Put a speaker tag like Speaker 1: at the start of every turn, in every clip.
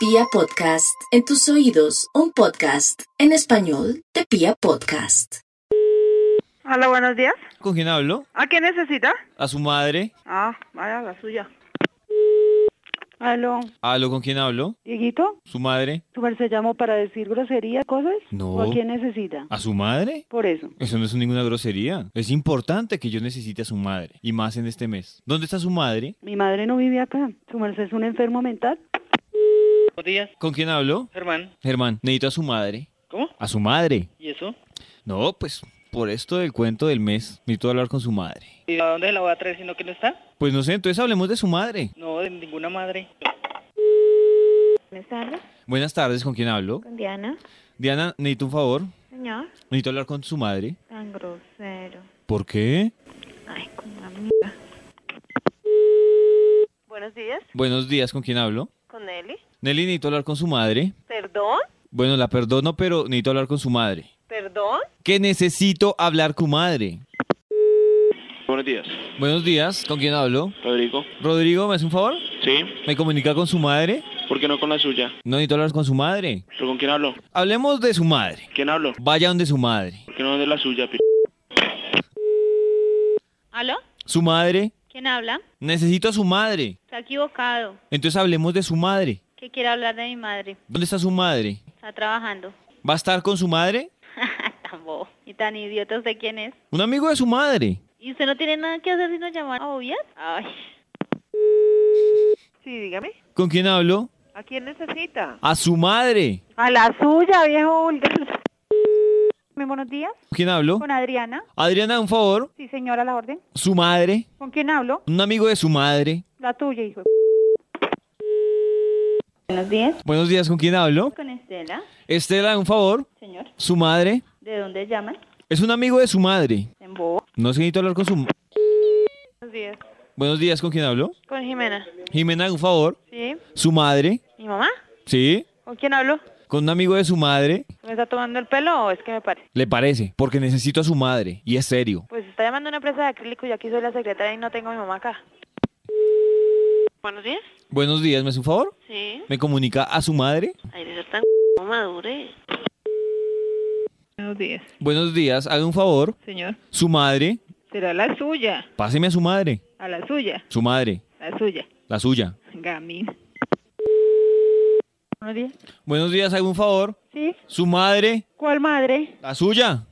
Speaker 1: Pia Podcast, en tus oídos, un podcast en español de Pia Podcast.
Speaker 2: Hola, buenos días.
Speaker 3: ¿Con quién hablo?
Speaker 2: ¿A qué necesita?
Speaker 3: ¿A su madre?
Speaker 2: Ah, vaya, la suya. Aló,
Speaker 3: ¿Hablo con quién hablo?
Speaker 2: Dieguito,
Speaker 3: ¿Su madre?
Speaker 2: ¿su merced llamó para decir grosería, cosas?
Speaker 3: No.
Speaker 2: ¿O a quién necesita?
Speaker 3: ¿A su madre?
Speaker 2: Por eso.
Speaker 3: Eso no es ninguna grosería. Es importante que yo necesite a su madre. Y más en este mes. ¿Dónde está su madre?
Speaker 2: Mi madre no vive acá. ¿Su merced es un enfermo mental?
Speaker 4: Buenos días,
Speaker 3: ¿Con quién hablo?
Speaker 4: Germán.
Speaker 3: Germán, necesito a su madre.
Speaker 4: ¿Cómo?
Speaker 3: ¿A su madre?
Speaker 4: ¿Y eso?
Speaker 3: No, pues por esto del cuento del mes, necesito hablar con su madre.
Speaker 4: ¿Y a dónde la voy a traer si no que no está?
Speaker 3: Pues no sé, entonces hablemos de su madre.
Speaker 4: No, de ninguna madre.
Speaker 5: Buenas tardes,
Speaker 3: Buenas tardes, ¿con quién hablo?
Speaker 5: con Diana.
Speaker 3: Diana, necesito un favor.
Speaker 5: Señor,
Speaker 3: Necesito hablar con su madre.
Speaker 5: tan grosero.
Speaker 3: ¿Por qué?
Speaker 5: Ay, con la mierda.
Speaker 2: Buenos días,
Speaker 3: Buenos días, ¿con quién hablo?
Speaker 2: con Nelly.
Speaker 3: Nelly, necesito hablar con su madre.
Speaker 2: ¿Perdón?
Speaker 3: Bueno, la perdono, pero necesito hablar con su madre.
Speaker 2: ¿Perdón?
Speaker 3: que necesito hablar con madre.
Speaker 6: Buenos días,
Speaker 3: Buenos días, ¿con quién hablo?
Speaker 6: Rodrigo.
Speaker 3: Rodrigo, ¿me hace un favor?
Speaker 6: Sí,
Speaker 3: ¿Me comunica con su madre?
Speaker 6: ¿por qué no con la suya?
Speaker 3: No necesito hablar con su madre.
Speaker 6: ¿Pero con quién hablo?
Speaker 3: Hablemos de su madre.
Speaker 6: ¿Quién hablo?
Speaker 3: Vaya donde su madre.
Speaker 6: ¿Por qué no de la suya, p
Speaker 7: ¿Aló?
Speaker 3: Su madre,
Speaker 7: ¿Quién habla?
Speaker 3: necesito a su madre.
Speaker 7: Está equivocado.
Speaker 3: Entonces hablemos de su madre.
Speaker 7: Que quiere hablar de mi madre.
Speaker 3: ¿Dónde está su madre?
Speaker 7: Está trabajando.
Speaker 3: ¿Va a estar con su madre?
Speaker 7: tan bobo. Y tan idiota usted quién es.
Speaker 3: Un amigo de su madre.
Speaker 7: ¿Y usted no tiene nada que hacer sino llamar a obvias? Ay.
Speaker 2: Sí, dígame.
Speaker 3: ¿Con quién hablo?
Speaker 2: ¿A quién necesita?
Speaker 3: A su madre.
Speaker 2: A la suya, viejo vulgar.
Speaker 8: Muy buenos días.
Speaker 3: ¿Con quién hablo?
Speaker 8: Con Adriana.
Speaker 3: Adriana, un favor.
Speaker 8: Sí, señora, la orden.
Speaker 3: Su madre.
Speaker 8: ¿Con quién hablo?
Speaker 3: Un amigo de su madre.
Speaker 8: La tuya, hijo.
Speaker 7: Buenos días.
Speaker 3: Buenos días, ¿con quién hablo?
Speaker 7: Con Estela.
Speaker 3: Estela, un favor.
Speaker 7: Señor,
Speaker 3: Su madre.
Speaker 7: ¿de dónde llaman?
Speaker 3: Es un amigo de su madre.
Speaker 7: En bobo.
Speaker 3: No sé, necesito hablar con su...
Speaker 2: Buenos días.
Speaker 3: Buenos días, ¿con quién hablo?
Speaker 2: Con Jimena.
Speaker 3: Jimena, un favor.
Speaker 2: ¿Sí?
Speaker 3: ¿Su madre?
Speaker 2: ¿Mi mamá?
Speaker 3: ¿Sí?
Speaker 2: ¿Con quién hablo?
Speaker 3: ¿Con un amigo de su madre?
Speaker 2: ¿Me está tomando el pelo o es que me parece?
Speaker 3: Le parece, porque necesito a su madre. Y es serio.
Speaker 2: Pues está llamando una empresa de acrílico y aquí soy la secretaria y no tengo a mi mamá acá. Buenos días.
Speaker 3: Buenos días, ¿me hace un favor?
Speaker 2: Sí.
Speaker 3: ¿Me comunica a su madre?
Speaker 2: Ay, de ser tan madure. Buenos días.
Speaker 3: Buenos días, haga un favor.
Speaker 2: Señor,
Speaker 3: ¿Su madre?
Speaker 2: será la suya,
Speaker 3: Páseme a su madre.
Speaker 2: a la suya,
Speaker 3: Su madre.
Speaker 2: la suya.
Speaker 3: La suya.
Speaker 2: Gamín.
Speaker 8: Buenos días.
Speaker 3: Buenos días, haga un favor.
Speaker 8: Sí.
Speaker 3: ¿Su madre?
Speaker 8: ¿Cuál madre?
Speaker 3: ¿La suya?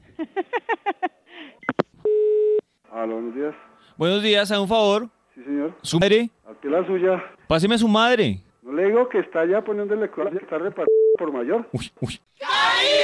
Speaker 9: Aló, buenos días.
Speaker 3: Buenos días, haga un favor.
Speaker 9: Sí, señor.
Speaker 3: ¿Su madre?
Speaker 9: Aquí la suya.
Speaker 3: Páseme a su madre.
Speaker 9: No le digo que está ya poniéndole cola, que está repartido por mayor.
Speaker 3: Uy, uy.